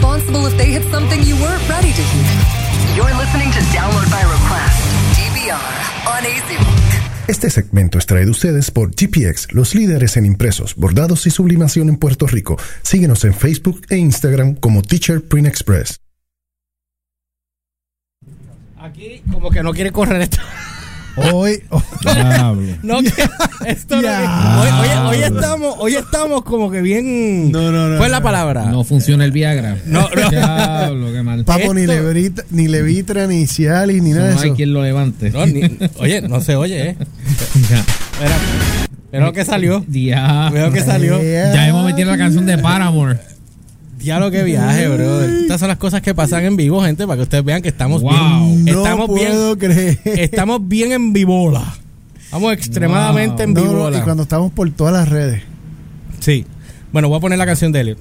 possible if they hit something you weren't ready to hear. You're listening to Download by Request, DBR, on AZOOK. Este segmento es traído a ustedes por GPX, los líderes en impresos, bordados y sublimación en Puerto Rico. Síguenos en Facebook e Instagram como Teacher Print Express. Aquí como que no quiere correr esto. Hoy. Diablo. No, que esto no- Ya. hoy, hoy- hoy estamos, hoy estamos como que bien. No, no, no, ¿Cuál es la no. palabra? No funciona el Viagra. No, no. Diablo, qué mal. Papo, ni, Esto- lebrita, ni levitra, ni cialis, ni nada de No hay eso. quien lo levante. No, ni- oye, no se oye, eh. Ya. Espera, Pero que salió. Veo Diablo. que salió. Ya hemos metido la canción de Paramore. Diablo, que viaje, bro. Estas son las cosas que pasan en vivo, gente, para que ustedes vean que estamos Wow. bien. No Estamos bien. puedo creer. Estamos bien en vivola. Estamos extremadamente en No, no, vivola. y cuando estamos por todas las redes. Sí. Bueno, voy a poner la canción de Elliot.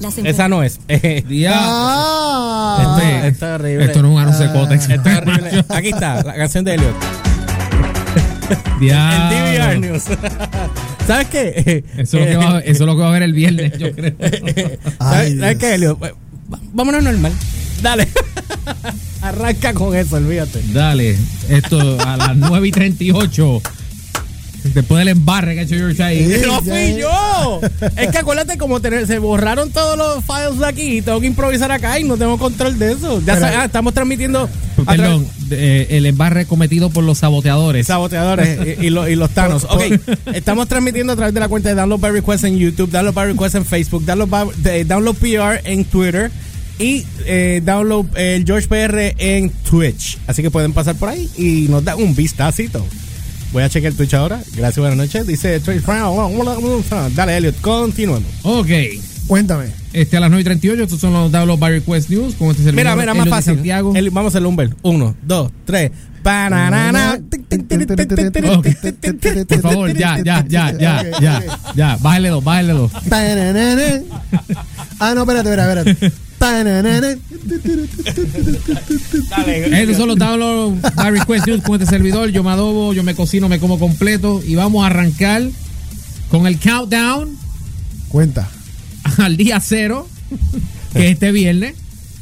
Las Esa no es. Esto Diablo. Ah, Este- está horrible. Ah, Esto no es un anuncio de Cotex. es horrible. Aquí está, la canción de Elliot. Ah, Diablo. En DVR News. ¿Sabes qué? Eh, Eso es, lo que va, a- eso es lo que va a ver el viernes, yo creo. Ay, ¿Sabes, sabes Dios. qué, Elliot? Pues, Va- Vámonos normal. Dale. Arranca con eso, olvídate. Dale, esto a las 9 y 38. Después del embarre que ha hecho George ahí. ¡No ya fui es. yo! Es que acuérdate como tener- se borraron todos los files de aquí y tengo que improvisar acá y no tengo control de eso. Ya sa- ah, estamos transmitiendo a Perdón, eh, el embarre cometido por los saboteadores. Saboteadores y, y los- y los Thanos. Ok, estamos transmitiendo a través de la cuenta de Download by Request en YouTube, Download by Request en Facebook, Download, by- de- Download PR en Twitter y eh, Download eh, George PR en Twitch. Así que pueden pasar por ahí y nos dan un vistacito. Voy a chequear Twitch ahora. Gracias, buenas noches. Dice Trey Brown. Dale, Elliot, continuemos. Ok, Cuéntame. este, a las 9 y 38, estos son los Download by Request News. Con este Mira, servidor, mira, Elliot más de fácil. Santiago. El- vamos al Humber. Uno, dos, tres. Pananana. Ok. Por favor, ya, ya, ya, ya, Ok, ya, ok. ya. Bájale dos, bájale dos. Tananana. Ah, no, espérate, espérate, espérate. Tananana. Dale. Estos son los Download by Request News. Con este servidor, yo me adobo, yo me cocino, me como completo. Y vamos a arrancar con el countdown Cuenta. al día cero, que es este viernes.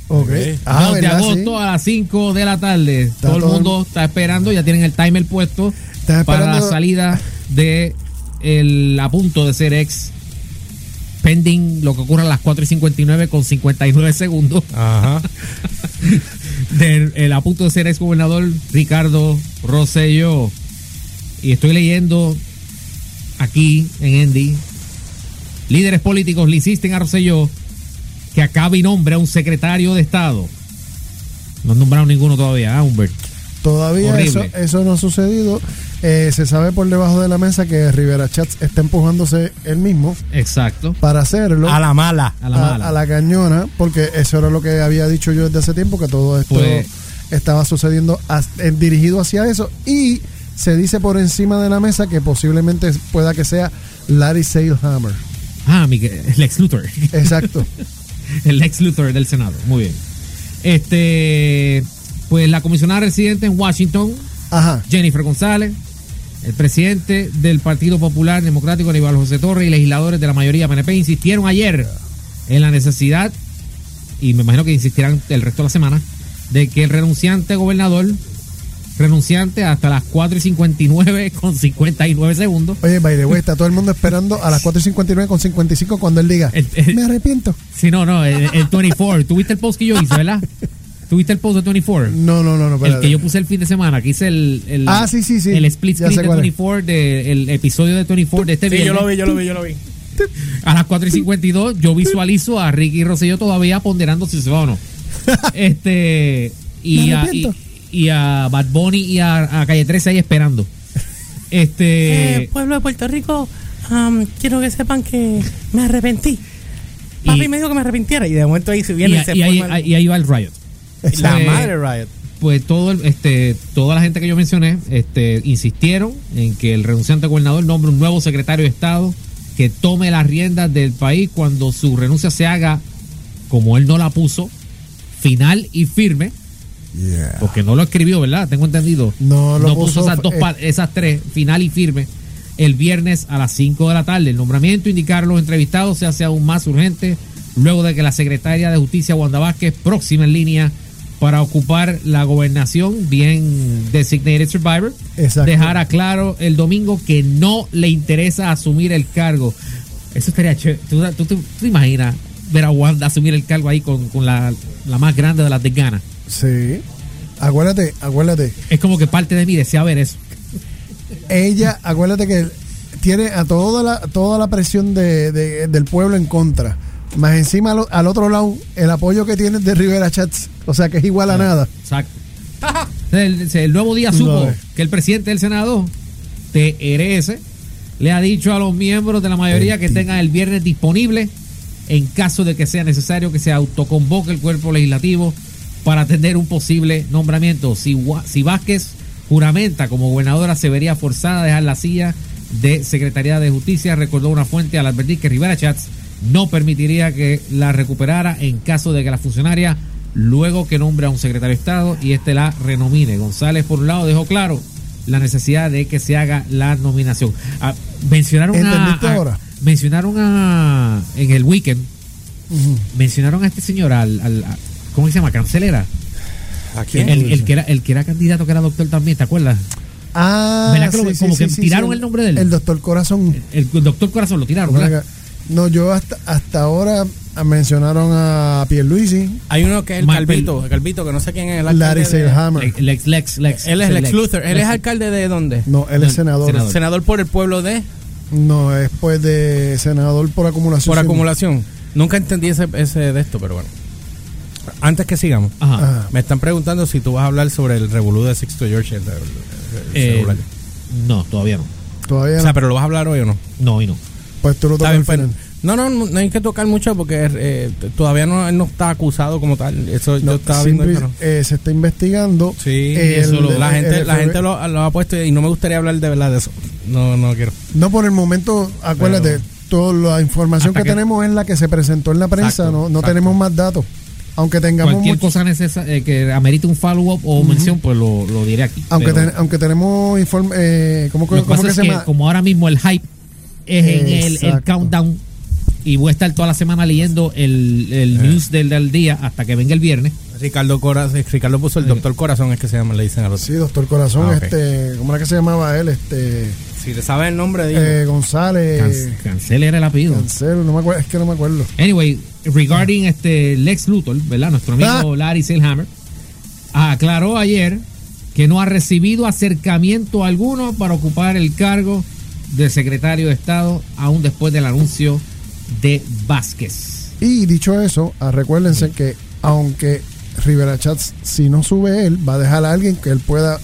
Ok. Ah, 2 de ¿verdad? Sí. agosto a las 5 de la tarde. todo, todo el el- mundo está esperando, ya tienen el timer puesto Está para la esperando- salida de el a punto de ser ex pending lo que ocurra a las 4 y 59 con 59 segundos Ajá. del el a punto de ser ex gobernador Ricardo Rosello. Y estoy leyendo aquí en Endy. Líderes políticos le insisten a Rosselló que acabe y nombre a un secretario de Estado. No han nombrado ninguno todavía, ¿ah, Humbert? Todavía eso, Horrible. eso no ha sucedido. Eh, se sabe por debajo de la mesa que Rivera Chats está empujándose él mismo Exacto. para hacerlo. A la mala. A la a- mala. Ah, a la cañona, porque eso era lo que había dicho yo desde hace tiempo, que todo esto Pues- estaba sucediendo as- eh, dirigido hacia eso. Y se dice por encima de la mesa que posiblemente pueda que sea Larry Sailhammer. Ah, Miguel, el ex Luthor. Exacto. El ex Luthor del Senado. Muy bien. Este, pues la comisionada residente en Washington, Ajá. Jennifer González, el presidente del Partido Popular Democrático, Aníbal José Torres, y legisladores de la mayoría PNP insistieron ayer en la necesidad, y me imagino que insistirán el resto de la semana, de que el renunciante gobernador, renunciante hasta las 4 y 59 con 59 segundos, Oye, by the way, está todo el mundo esperando a las 4.59 con 55 cuando él diga, El- el- me arrepiento. si no, no, el, el 24, tuviste el post que yo hice, ¿verdad? Tuviste el post de 24. No, no, no, no, El que espérate. yo puse el fin de semana, que hice el, el- Ah, sí, sí, sí. el split Ya sé screen de cuál es. 24, de- el episodio de 24 de este Sí, viernes. yo lo vi, yo lo vi, yo lo vi. A las 4 y 52 yo visualizo a Ricky Rosselló todavía ponderando si se va o no. Este, y, Me a, y, arrepiento. y a Bad Bunny y a, a Calle 13 ahí esperando. Este, Eh, pues, pueblo de Puerto Rico, am, quiero que sepan que me arrepentí. y, Papi me dijo que me arrepintiera. Y de momento ahí se y- viene y, se y ahí, forma el- y ahí va el riot. la Eh, madre Riot. Pues todo el- este, toda la gente que yo mencioné este, insistieron en que el renunciante gobernador nombre un nuevo secretario de Estado que tome las riendas del país cuando su renuncia se haga, como él no la puso, final y firme. Yeah. Porque no lo escribió, ¿verdad? Tengo entendido. No lo puso. puso, esas, dos eh. pa- esas tres, final y firme, el viernes a las 5 de la tarde. El nombramiento, indicar a los entrevistados, se hace aún más urgente luego de que la secretaria de Justicia, Wanda Vázquez, próxima en línea para ocupar la gobernación, bien designated survivor, Exacto. dejara claro el domingo que no le interesa asumir el cargo. Eso estaría chévere. ¿Tú, tú, tú- tú te imaginas ver a Wanda asumir el cargo ahí con, con la, la más grande de las desganas? Sí. Acuérdate, acuérdate. Es como que parte de mí desea ver eso. Ella, acuérdate que tiene a toda la, toda la presión de- de- del pueblo en contra. Más encima al, al otro lado, el apoyo que tiene de Rivera Chats. O sea que es Ah, igual a nada. Exacto. El, el nuevo día supo No. que el presidente del Senado, TRS, le ha dicho a los miembros de la mayoría que tengan el viernes disponible en caso de que sea necesario que se autoconvoque el cuerpo legislativo para atender un posible nombramiento. Si, Gua- si Vázquez juramenta como gobernadora, se vería forzada a dejar la silla de Secretaría de Justicia, recordó una fuente al advertir que Rivera Chats no permitiría que la recuperara en caso de que la funcionaria, luego que nombre a un secretario de Estado y este la renomine. González, por un lado, dejó claro la necesidad de que se haga la nominación. Ah, mencionaron ¿Entendiste a, a- ahora? mencionaron a en el weekend mencionaron a este señor al, al- a- ¿cómo se llama? Cancelera. ¿A quién? El, el que era el que era candidato que era doctor también, ¿te acuerdas? Ah, ¿Verdad que lo- como que tiraron el nombre de él? El doctor Corazón. El, el doctor Corazón lo tiraron, ¿verdad? Venga. No, yo hasta, hasta ahora ah, mencionaron a Pierluisi, Hay uno que es el Mal Calvito, el Calvito, que no sé quién es el alcalde Larry de- Seilhammer. Lex, Lex, Lex, Lex. Él es Lex Luthor. Él es Lex- alcalde de dónde? No, él es senador. senador. Senador por el pueblo de No, es pues de senador por acumulación. por Sí, acumulación. Nunca entendí ese, ese de esto, pero bueno. Antes que sigamos, Ajá. Ajá. me están preguntando si tú vas a hablar sobre el revolú de Sixto George. el- el- el Eh, celular. no, todavía no. Todavía o sea, pero lo vas a hablar hoy o no? No, hoy no. no. Pues tú lo Está tocas bien, al final. pues, no, no, no hay que tocar mucho porque eh, t- todavía no, él no está acusado como tal. Eso yo No, estaba simple- viendo. pero- eh, se está investigando. Sí, El- eso lo- la el- gente, el la gente FBI. lo, lo ha puesto y no me gustaría hablar de verdad de eso. No, no quiero. No, por el momento, acuérdate, toda la información que, Hasta que- tenemos es la que se presentó en la prensa, Exacto, no, no exacto. tenemos más datos. Aunque tengamos Cualquier mucho- cosa necesa- eh, que amerite un follow-up o mención, pues lo, lo diré aquí. aunque, Pero ten- aunque tenemos informe, eh, ¿cómo, lo que cómo pasa que es se que, llama? como ahora mismo el hype es en el, el Exacto. countdown, y voy a estar toda la semana leyendo el, Eh. el news del, del día hasta que venga el viernes. Ricardo Corazón, Ricardo puso el doctor Corazón, es que se llama, le dicen a los. Sí, doctor Corazón, Ah, ok. este, ¿cómo era que se llamaba él? Este, Si le sabe el nombre, dime. eh, González, Can- Cancela el apellido. Cancelo, no me acuerdo, es que no me acuerdo. Anyway, regarding este Lex Luthor, ¿verdad? Nuestro Ah. amigo Larry Selhammer aclaró ayer que no ha recibido acercamiento alguno para ocupar el cargo de secretario de Estado aún después del anuncio de Vázquez. Y dicho eso, ah, recuérdense que aunque Rivera Chats, si no sube él, va a dejar a alguien que él pueda,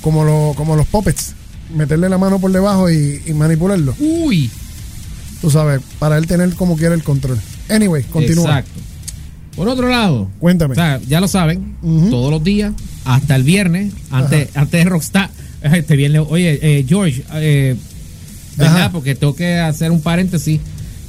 como, lo, como los puppets, meterle la mano por debajo y, y manipularlo. Uy, Tú sabes, para él tener como quiera el control. Anyway, continúa. Exacto. Por otro lado, Cuéntame. o sea, ya lo saben, todos los días, hasta el viernes, antes, antes de Rockstar, este viernes, oye, eh, George, eh, ¿verdad? Ajá. Porque tengo que hacer un paréntesis,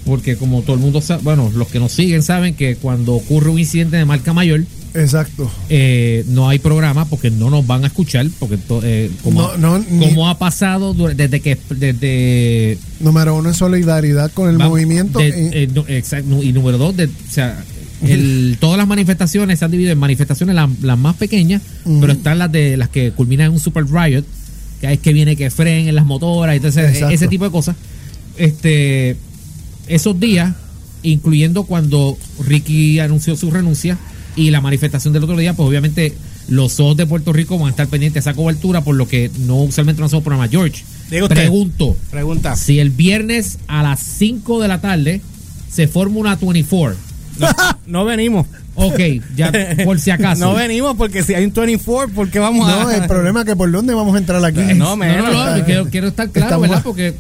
porque como todo el mundo sabe, bueno, los que nos siguen saben que cuando ocurre un incidente de marca mayor, Exacto. eh, no hay programa porque no nos van a escuchar, porque to- eh, como, No, no, ni- como ha pasado dura- desde que desde Número uno es solidaridad con el Va- movimiento. de- y- eh, no, exacto, no, y número dos, de, o sea, el- todas las manifestaciones se han dividido en manifestaciones, la- las más pequeñas, pero están las de las que culminan en un super riot, que es que viene que frenen las motoras, entonces Exacto. ese tipo de cosas. Este, esos días, incluyendo cuando Ricky anunció su renuncia y la manifestación del otro día, pues obviamente los ojos de Puerto Rico van a estar pendientes de esa cobertura, por lo que no usualmente no hacemos programa. George, Diga usted. pregunto. Pregunta. Si el viernes a las 5 de la tarde se forma una 24. No venimos. Ok, ya por si acaso. No venimos porque si hay un 24, ¿por qué vamos no, a.? el problema es que por dónde vamos a entrar aquí. Eh, no, eh, No, no, no, menos. quiero, quiero estar claro, Estamos- ¿verdad? Porque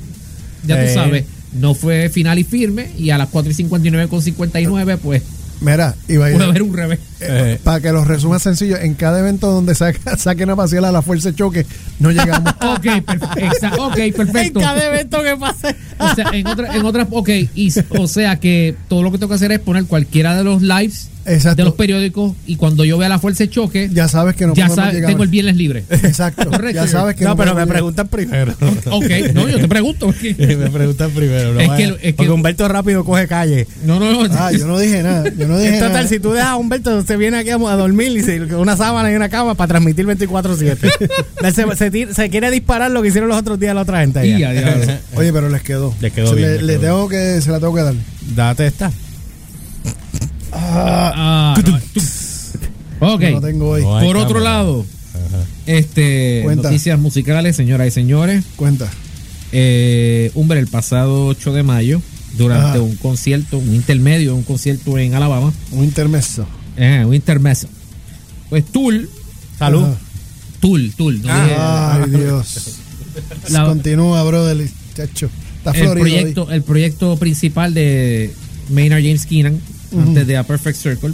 ya Eh. tú sabes, no fue final y firme y a las 4 y 59 con 59, pues Mira, iba a ir- puede haber un revés. Eh. para que los resuma sencillo, en cada evento donde saca- saquen a pasear a la fuerza de choque, no llegamos. Ok, perfe- exa- ok, perfecto. En cada evento que pase. O sea, en otras, en otras, ok, y, o sea que todo lo que tengo que hacer es poner cualquiera de los lives Exacto. de los periódicos y cuando yo vea la fuerza de choque, ya sabes que no ya podemos sabe- llegar. tengo el viernes libre. Exacto. Correcto. Ya sabes que no, pero me podemos preguntan llegar. primero. Ok, no, yo te pregunto. me preguntan primero. No Es que- vaya- es que- porque Humberto rápido coge calle. No, no, no. Ah, yo no dije nada. Yo no dije Es nada. total, si tú dejas a Humberto, se viene aquí a, a dormir y se, una sábana y una cama para transmitir 24-7. se, se tira- se quiere disparar lo que hicieron los otros días la otra gente. allá. Y a diablo. Oye, pero les quedó. Les quedó Se bien, le, les le quedó tengo que, se la tengo que dar. Date esta. Ah, no, tú- ok. No tengo hoy. No hay Por otro cámara. lado, este Cuenta. noticias musicales, señoras y señores. Cuenta. Eh, hombre, el pasado 8 de mayo, durante Ajá. un concierto, un intermedio, un concierto en Alabama, Un intermeso. eh, un intermezzo, pues Tool, Salud. Tool, Tool, Ah, no dije- Ay, Dios. Ah. La- Continúa, brother. Chacho. Está el, florido hoy. proyecto, el proyecto principal de Maynard James Keenan, antes de A Perfect Circle,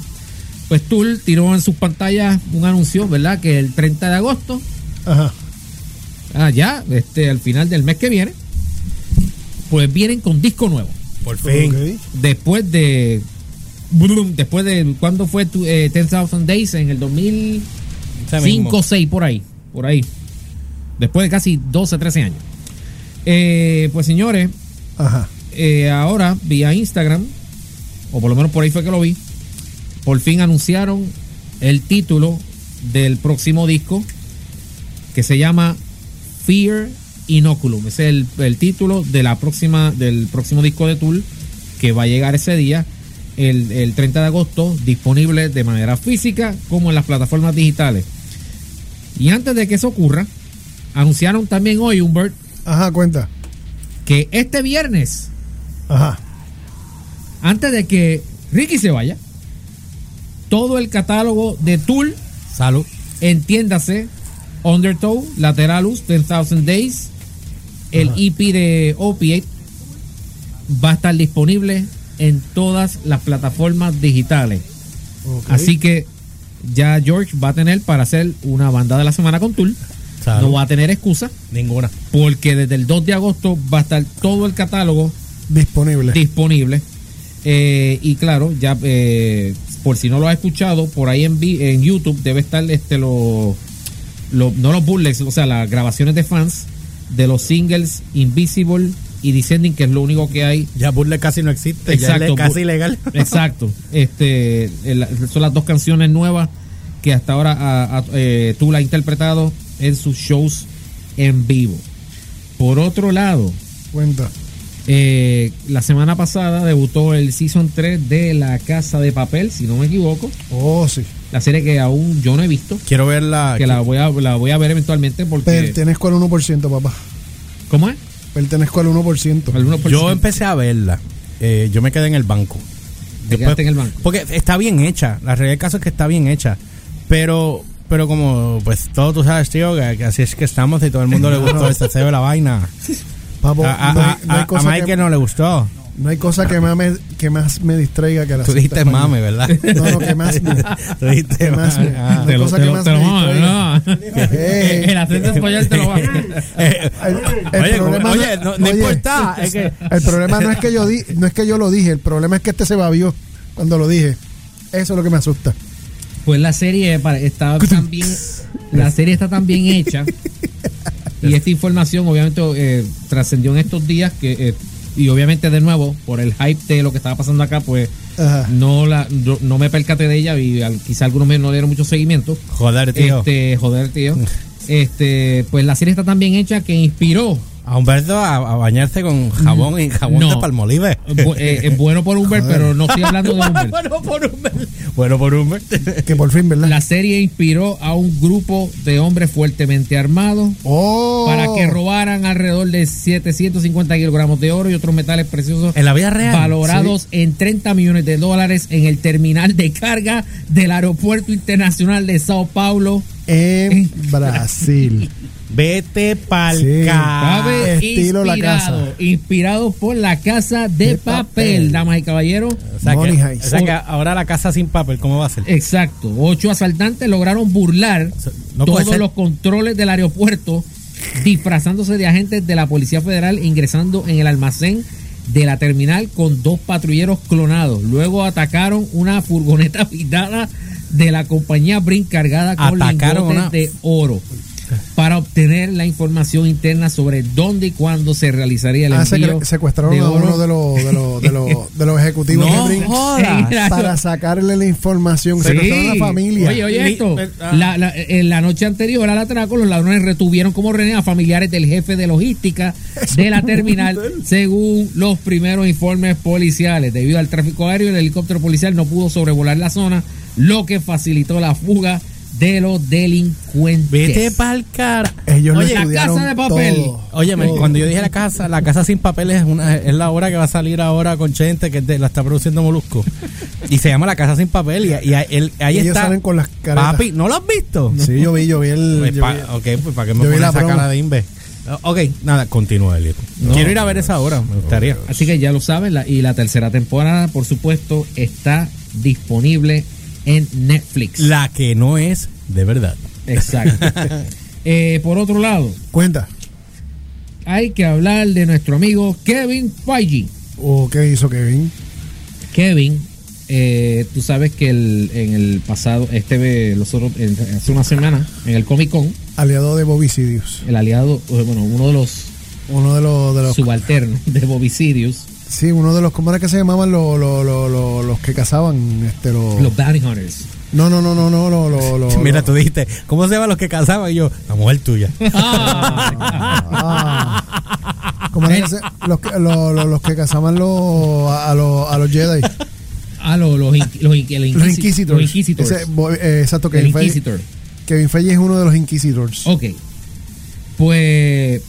pues Tool tiró en sus pantallas un anuncio, ¿verdad? Que el 30 de agosto Ajá. Ah, ya, este, al final del mes que viene, pues vienen con disco nuevo. Por fin. Ok. Después de. brum, después de. ¿Cuándo fue tu, eh, 10,000 Days? En el 2005, Ese mismo. 6, por ahí. Por ahí. Después de casi 12, 13 años. Eh, pues señores, Ajá. eh, ahora vía Instagram, o por lo menos por ahí fue que lo vi, por fin anunciaron el título del próximo disco que se llama Fear Inoculum. Ese es el, el título de la próxima, del próximo disco de Tool que va a llegar ese día, el, el 30 de agosto, disponible de manera física como en las plataformas digitales. Y antes de que eso ocurra, anunciaron también hoy, Humbert, Ajá, cuenta. que este viernes Ajá. antes de que Ricky se vaya, todo el catálogo de Tool, Salud. entiéndase, Undertow, Lateralus, 10,000 Days, el EP de Opiate, va a estar disponible en todas las plataformas digitales. Ok. Así que ya George va a tener para hacer una banda de la semana con Tool. Salud. No va a tener excusa, Ninguna. porque desde el 2 de agosto va a estar todo el catálogo Disponible. disponible. Eh, y claro, ya eh, por si no lo has escuchado, por ahí en, vi- en YouTube debe estar este los lo- no los bullets, o sea, las grabaciones de fans de los singles Invisible y Descending, que es lo único que hay. Ya Burle casi no existe. Ya Exacto, es casi bu- ilegal. Exacto. Este, el- son las dos canciones nuevas que hasta ahora a- a- eh, tú la has interpretado en sus shows en vivo. Por otro lado, Cuenta. eh, la semana pasada debutó el Season 3 de La Casa de Papel, si no me equivoco. Oh, sí. La serie que aún yo no he visto. Quiero verla. Que la voy a, la voy a ver eventualmente porque... Pertenezco al 1%, papá. ¿Cómo es? Pertenezco al 1%. Al 1%. Yo empecé a verla. Eh, yo me quedé en el banco. Te quedaste en el banco. Porque está bien hecha. La realidad del caso es que está bien hecha. Pero, pero como, pues todo tú sabes, tío, que, que así es que estamos y todo el mundo le gustó el cebo de la vaina. Papo, A, a- no hay, no hay a- a cosa Mike que, no le gustó. no hay cosa que, mame- que más me distraiga que la Tú cinta dijiste española. mame, ¿verdad? No, no, que más me- Tú dijiste que más mame. me- Ah. no hay Te lo- cosa te que lo- más te lo- me distraiga. no. Ey. El acento español te lo va. Eh, El- el oye, problema no- oye, no, no oye. importa. Es que, El problema no es que yo di, no es que yo lo dije, el problema es que este se babió cuando lo dije. Eso es lo que me asusta. Pues la serie para- está tan bien... La serie está tan bien hecha. Y esta información obviamente eh, trascendió en estos días que... eh, y obviamente de nuevo, por el hype de lo que estaba pasando acá, pues... Ajá. no la no, no me percaté de ella y al- quizá algunos me no le dieron mucho seguimiento. joder, tío. Mm. Este, joder, tío. Este, pues la serie está tan bien hecha que inspiró. A Humberto a, a bañarse con jabón y jabón No. de palmolive. Bu- eh, eh, bueno por Uber, pero no estoy hablando de Uber. bueno por Humberto. Bueno por Humberto. Que por fin, ¿verdad? La serie inspiró a un grupo de hombres fuertemente armados oh, para que robaran alrededor de 750 kilogramos de oro y otros metales preciosos En la vida real. valorados en 30 millones de dólares en el terminal de carga Eh. del aeropuerto internacional de Sao Paulo. en Brasil. Vete pa'l Sí. ca- Sabe, estilo la inspirado, casa. inspirado por la casa de, De papel, papel. damas y caballeros. O sea, Money que- Heist. Eh, o sea que ahora la casa sin papel, ¿cómo va a ser? Exacto. Ocho asaltantes lograron burlar sea, no puede todos ser. los controles del aeropuerto, disfrazándose de agentes de la Policía Federal, ingresando en el almacén de la terminal con dos patrulleros clonados. Luego atacaron una furgoneta pintada de la compañía Brin cargada con Atacaron lingotes una- de oro para obtener la información interna sobre dónde y cuándo se realizaría el Ah, se- envío secuestraron de a oro. uno de los, de los, de los, de los ejecutivos No de Brinks jodas. para sacarle la información. Sí. Secuestraron a la familia. Oye, oye, Ni- esto. eh, ah. La, la- en la noche anterior al atraco, los ladrones retuvieron como rehenes a familiares del jefe de logística de la terminal, según los primeros informes policiales. Debido al tráfico aéreo, el helicóptero policial no pudo sobrevolar la zona, lo que facilitó la fuga de los delincuentes. Vete pa'l cara. Ellos Oye, lo la estudiaron casa de papel. todo. Oye, me- cuando yo dije la casa, la casa sin papel es una es la obra que va a salir ahora con Chente, que es de- la está produciendo Molusco. Y se llama La casa sin papel y, y ahí- el- ahí Y ellos está. salen con las caretas. Papi, ¿no lo has visto? Sí, yo vi, yo vi el. Pues yo pa- vi- ok, pues para qué me yo vi pones la esa promo. cara de imbe. Ok, nada, continúa, Elliot. Quiero ir a ver esa obra, me gustaría. Así que ya lo saben, la- y la tercera temporada, por supuesto, está disponible en Netflix. La que no es de verdad. Exacto. Eh, por otro lado, Cuenta. hay que hablar de nuestro amigo Kevin Feige. ¿O Oh, qué hizo Kevin? Kevin, eh, tú sabes que el- en el pasado, este, eh, los otros, en- hace una semana, en el Comic Con, Aliado de Bobicidius. el aliado, eh, bueno, uno de los Uno de los. De los subalternos de Bobicidius, sí, uno de los. ¿Cómo era que se llamaban los, los, los, los, los que cazaban? Este, los, los Bounty Hunters. No, no, no, no, no. Los, los, los- Mira, tú dijiste, ¿cómo se llaman los que casaban? Y yo, la mujer tuya. Ah. ¿Cómo era que se- los, que- los, los, los que cazaban los, a, a los, a los Jedi. Ah, los, los, inqui- los, inqui- los Los inquisi- Inquisitors. los Inquisitors. Ese, bo- eh, exacto, El Oh. Kevin Feige. Inquisitor. Kevin Feige es uno de los Inquisitors. Ok. Pues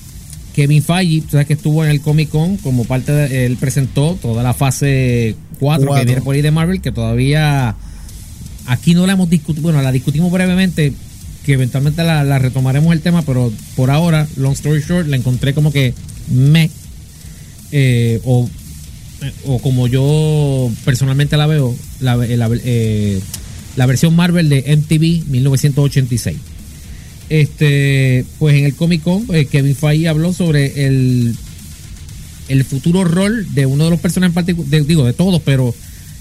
Kevin Feige, tú sabes que estuvo en el Comic Con como parte de. Él presentó toda la fase 4 que Cuatro. viene por ahí de Marvel, que todavía. Aquí no la hemos discutido. Bueno, la discutimos brevemente, que eventualmente la, la retomaremos el tema, pero por ahora, long story short, la encontré como que me. eh, o, eh, o como yo personalmente la veo, la, ve- la ve- eh, la versión Marvel de MTV 1986. Este, pues en el Comic Con, eh, Kevin Feige habló sobre el, el futuro rol de uno de los personajes en particu- de- digo, de todos, pero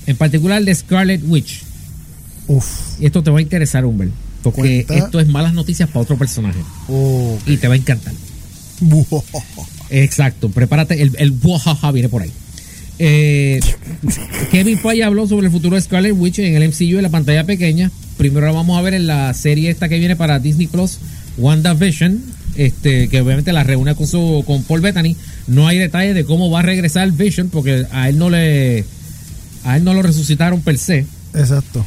en particular de Scarlet Witch. Uf. Y esto te va a interesar, Humbert, porque Cuenta. esto es malas noticias para otro personaje Oh. y te va a encantar. Exacto, prepárate, el, el buajaja viene por ahí. Eh, Kevin Feige habló sobre el futuro de Scarlet Witch en el MCU en la pantalla pequeña. Primero la vamos a ver en la serie esta que viene para Disney Plus, WandaVision, este, que obviamente la reúne con, su, con Paul Bettany. No hay detalles de cómo va a regresar Vision porque a él no le a él no lo resucitaron per se. Exacto.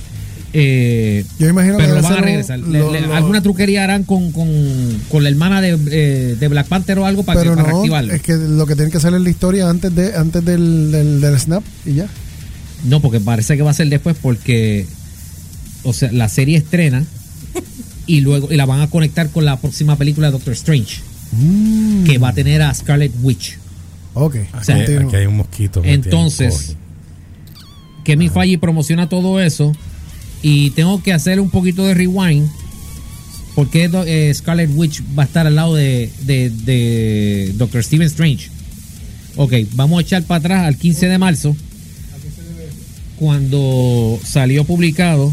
Eh, Yo imagino que pero lo debe van a ser un- regresar. Le- lo- le- lo- alguna truquería harán con, con- con la hermana de, eh, de Black Panther o algo para, que, Pero para no, reactivarlo. es que lo que tienen que hacer es la historia antes de antes del, del, del snap y ya. No, porque parece que va a ser después porque o sea, la serie estrena y luego y la van a conectar con la próxima película de Doctor Strange que va a tener a Scarlet Witch. Ok. sea, aquí, continúa. aquí hay un mosquito. me Entonces, tiene Kevin Feige promociona todo eso y tengo que hacer un poquito de rewind porque do- eh, Scarlet Witch va a estar al lado de, de- de Doctor Stephen Strange. Ok, vamos a echar para atrás al 15 de marzo cuando salió publicado,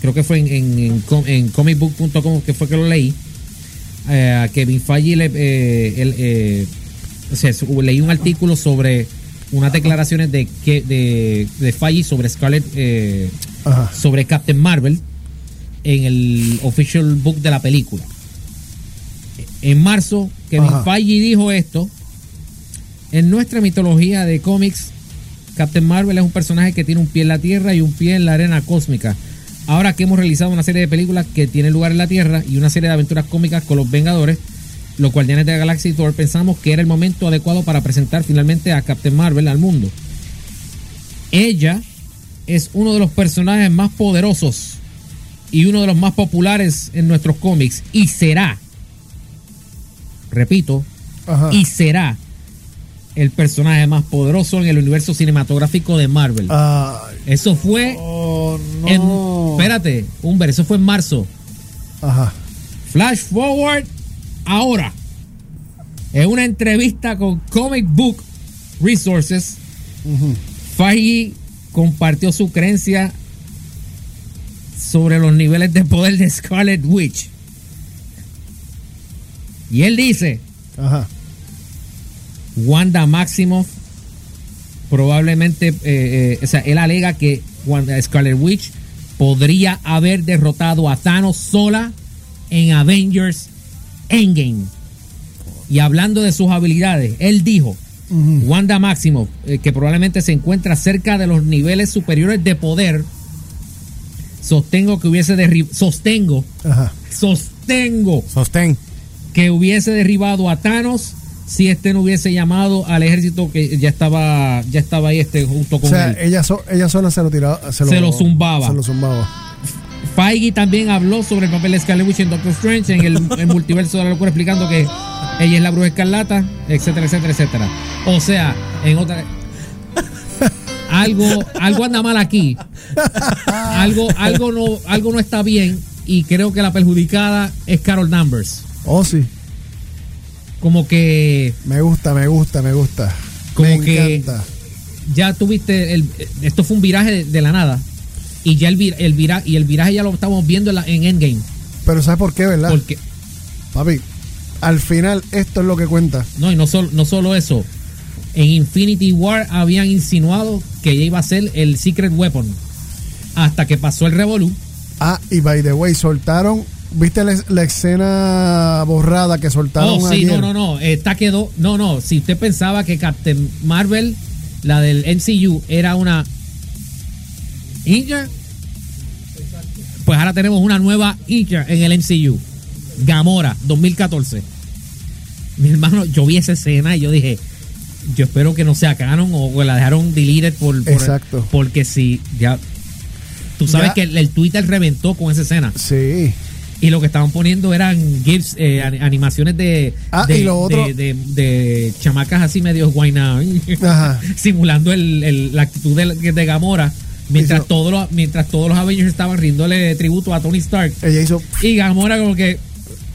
creo que fue en, en, en com- en comicbook.com que fue que lo leí, eh, a Kevin Feige le, eh, él, eh, o sea, su- leí un artículo sobre unas declaraciones de, que, de, de Feige sobre Scarlet, eh, Ajá. sobre Captain Marvel en el official book de la película. En marzo, Kevin Ajá. Feige dijo esto. En nuestra mitología de cómics, Captain Marvel es un personaje que tiene un pie en la Tierra y un pie en la arena cósmica. Ahora que hemos realizado una serie de películas que tienen lugar en la Tierra y una serie de aventuras cómicas con los Vengadores, los Guardianes de la Galaxia y Thor, pensamos que era el momento adecuado para presentar finalmente a Captain Marvel al mundo. Ella es uno de los personajes más poderosos y uno de los más populares en nuestros cómics y será repito, Ajá. y será el personaje más poderoso en el universo cinematográfico de Marvel. Ay, Eso fue Ah. oh, en- no. espérate, Humber, eso fue en marzo. Ajá. Flash forward ahora. En una entrevista con Comic Book Resources, Feige compartió su creencia sobre los niveles de poder de Scarlet Witch. Y él dice, Ajá. Wanda Maximoff probablemente, eh, eh, o sea, él alega que Wanda- Scarlet Witch podría haber derrotado a Thanos sola en Avengers Endgame. Y hablando de sus habilidades, él dijo, Wanda Maximoff, eh, que probablemente se encuentra cerca de los niveles superiores de poder, sostengo que hubiese derribado, sostengo, Ajá. sostengo Sostén. que hubiese derribado a Thanos si este no hubiese llamado al ejército que ya estaba ya estaba ahí este junto O con sea, eh, él. ella, so- ella sola se lo tiraba. Se lo, Se lo zumbaba. Se lo zumbaba. Feige también habló sobre el papel de Scarlet Witch en Doctor Strange en el, el multiverso de la locura explicando que ella es la bruja escarlata, etcétera, etcétera, etcétera. O sea, en otra algo algo anda mal aquí. Algo algo no algo no está bien y creo que la perjudicada es Carol Danvers. Oh, sí. Como que Me gusta, me gusta, me gusta. Como me que- encanta. ya tuviste el, esto fue un viraje de, de la nada y ya el, vir- el vira- y el viraje ya lo estamos viendo en, la- en Endgame Pero ¿sabes por qué, verdad? porque Papi, al final esto es lo que cuenta. no y no solo no solo eso en Infinity War habían insinuado que ella iba a ser el secret weapon hasta que pasó el revolú Ah, y by the way, soltaron. ¿Viste la, la escena borrada que soltaron? oh sí ayer? no no no esta quedó no no si usted pensaba que Captain Marvel la del MCU era una Inja pues ahora tenemos una nueva Inja en el MCU Gamora 2014 mi hermano yo vi esa escena y yo dije yo espero que no sea canon o que la dejaron deleted por, por- Exacto. porque si ya tú sabes Ya. que el, el Twitter reventó con esa escena Sí. y lo que estaban poniendo eran GIFs, eh, ani- animaciones de, Ah, de, y lo otro- de, de- de chamacas así medio guayna, Ajá. simulando el- el- la actitud de, de Gamora, mientras, Eso- todos los, mientras todos los Avengers estaban riéndole tributo a Tony Stark. Ella hizo. Y Gamora como que,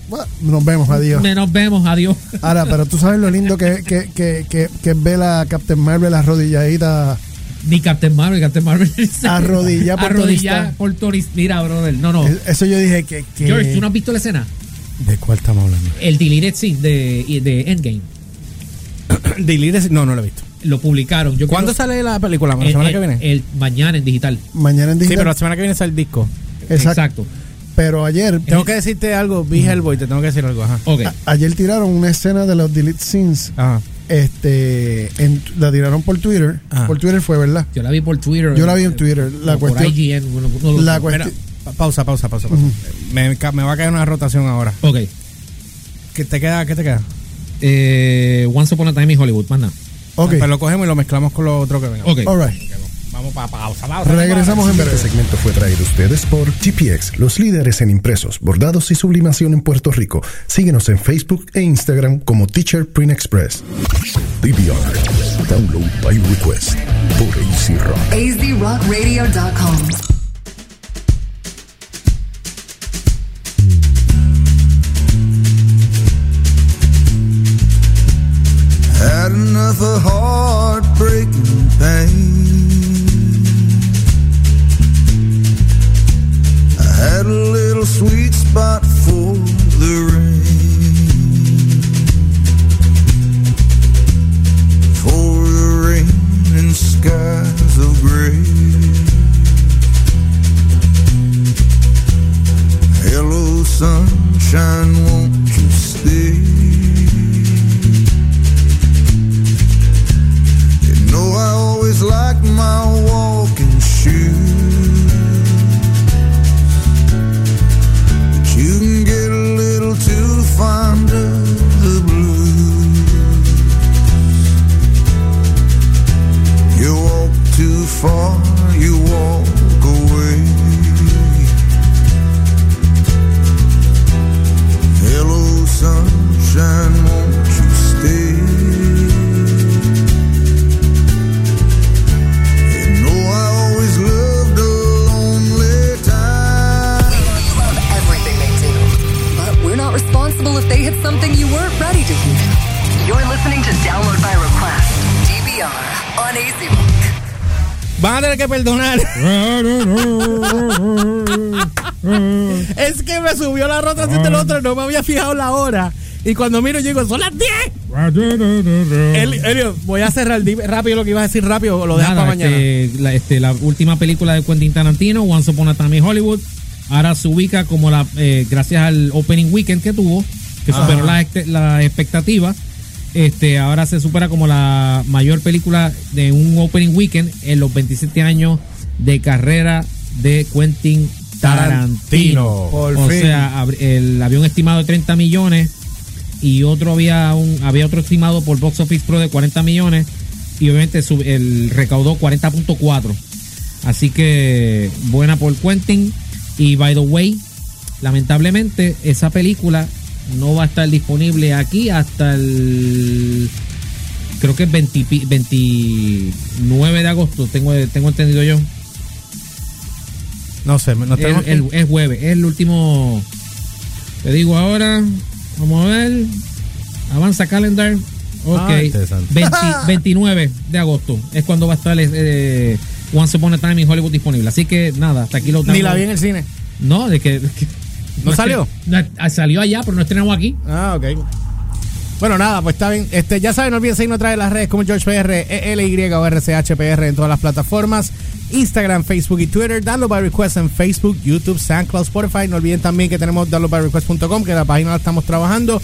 "Bueno, Nos vemos, adiós. "Me nos vemos, adiós. Ahora, pero tú sabes lo lindo que, que, que, que, que es ver a Captain Marvel arrodilladita. Ni Captain Marvel, Captain Marvel. Arrodillá por Tony Arrodillá Stark. por Tony Mira, brother, no, no. Eh, Eso yo dije que. que- George, ¿tú no has Oh. visto la escena? ¿De cuál estamos hablando? El deleted scene de, de Endgame. Delirious. No, no lo he visto. Lo publicaron. Yo ¿Cuándo quiero- sale la película? ¿La semana el- que viene? el- mañana en digital. Mañana en Eh, sí, digital. pero la semana que viene sale el disco. Eh, Exacto. Exacto. Pero ayer. Tengo que decirte algo, vi Hellboy, te tengo que decir algo, ajá. Ok. a- ayer tiraron una escena de los Delete Scenes. Ajá. Este. en- la tiraron por Twitter. Ah. Por Twitter fue, ¿verdad? Yo la vi por Twitter. Yo la vi en Twitter. La O por cuestión. IGN, no- no lo- La Mira, cuestión. pa- pausa, pausa, pausa. pausa. me, ca- me va a caer una rotación ahora. Ok. ¿Qué te queda? ¿Qué te queda? Eh, Once Upon a Time in Hollywood, más nada. Ok. Pero lo cogemos y lo mezclamos con lo otro que venga. Ok. All right. Vamos para pausa, pausa. Regresamos en breve. Este segmento fue traído a ustedes por GPX, los líderes en impresos, bordados y sublimación en Puerto Rico. Síguenos en Facebook e Instagram como Teacher Print Express. DVR. Download by request. Por AC Rock. azrockradio.com. Had enough of heartbreaking pain. I had a little sweet spot for the rain. For the rain and skies of gray. Hello, sunshine, won't you stay? You know I always like my walking shoes. But you can get a little too fond of the blues. You walk too far, you walk away. Hello, sunshine. something you weren't ready to hear. You're listening to Download by Request, DBR, on Easy Rock. Van a tener que perdonar. es que me subió la rota así del otro, no me había fijado la hora. Y cuando miro, llego, son las 10. El- Elio, voy a cerrar dime rápido lo que iba a decir rápido, o lo dejas Nada, para mañana. este, la, este, la última película de Quentin Tarantino, Once Upon a Time in Hollywood, ahora se ubica como la, eh, gracias al opening weekend que tuvo, que superó las este- las expectativas, este, ahora se supera como la mayor película de un opening weekend en los 27 años de carrera de Quentin Tarantino. Tarantino. Por o fin. sea, ab- el, había un estimado de 30 millones y otro había un había otro estimado por Box Office Pro de 40 millones y obviamente sub- el recaudó 40.4. Así que buena por Quentin y by the way, lamentablemente esa película no va a estar disponible aquí hasta el creo que es 20 pi- 29 de agosto, tengo tengo entendido yo. No sé, nos El- tenemos que- el- es jueves, es el último. Te digo ahora. Vamos a ver. Avanza calendar. Ok. Ah, interesante. 20 29 de agosto es cuando va a estar eh, Once Upon a Time in Hollywood disponible. Así que nada, hasta aquí lo Ni la vi en el cine. No, de que. de que- ¿No salió? estren- no, ah, salió allá, pero no estrenamos aquí. Ah, ok. Bueno, nada, pues está bien. Este, ya saben, no olviden seguirnos a través de las redes como GeorgePR, ELY E o RCHPR en todas las plataformas. Instagram, Facebook y Twitter. Download by Request en Facebook, YouTube, SoundCloud, Spotify. No olviden también que tenemos downloadbyrequest.com, que la página la estamos trabajando.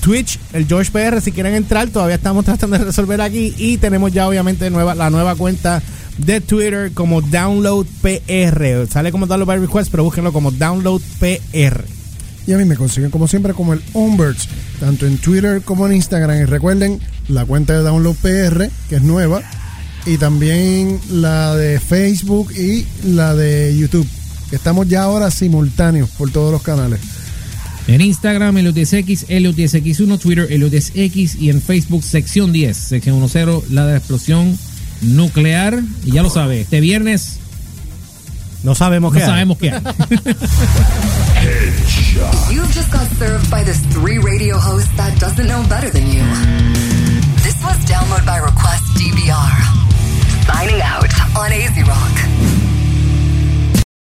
Twitch, el GeorgePR, si quieren entrar, todavía estamos tratando de resolver aquí. Y tenemos ya, obviamente, nueva, la nueva cuenta de Twitter como DownloadPR. Sale como Download by Request, pero búsquenlo como DownloadPR. Y a mí me consiguen como siempre como el Onbirds, tanto en Twitter como en Instagram. Y recuerden la cuenta de Download PR, que es nueva, y también la de Facebook y la de YouTube, que estamos ya ahora simultáneos por todos los canales. En Instagram, Eliot10X, Eliot10X1, Twitter, Eliot10X y en Facebook, sección 10, sección 10, la de la explosión nuclear. Y ya lo sabe, este viernes No sabemos no qué. hay. sabemos qué. hay. You've just got served by this three radio host that doesn't know better than you. This was Download by Request DBR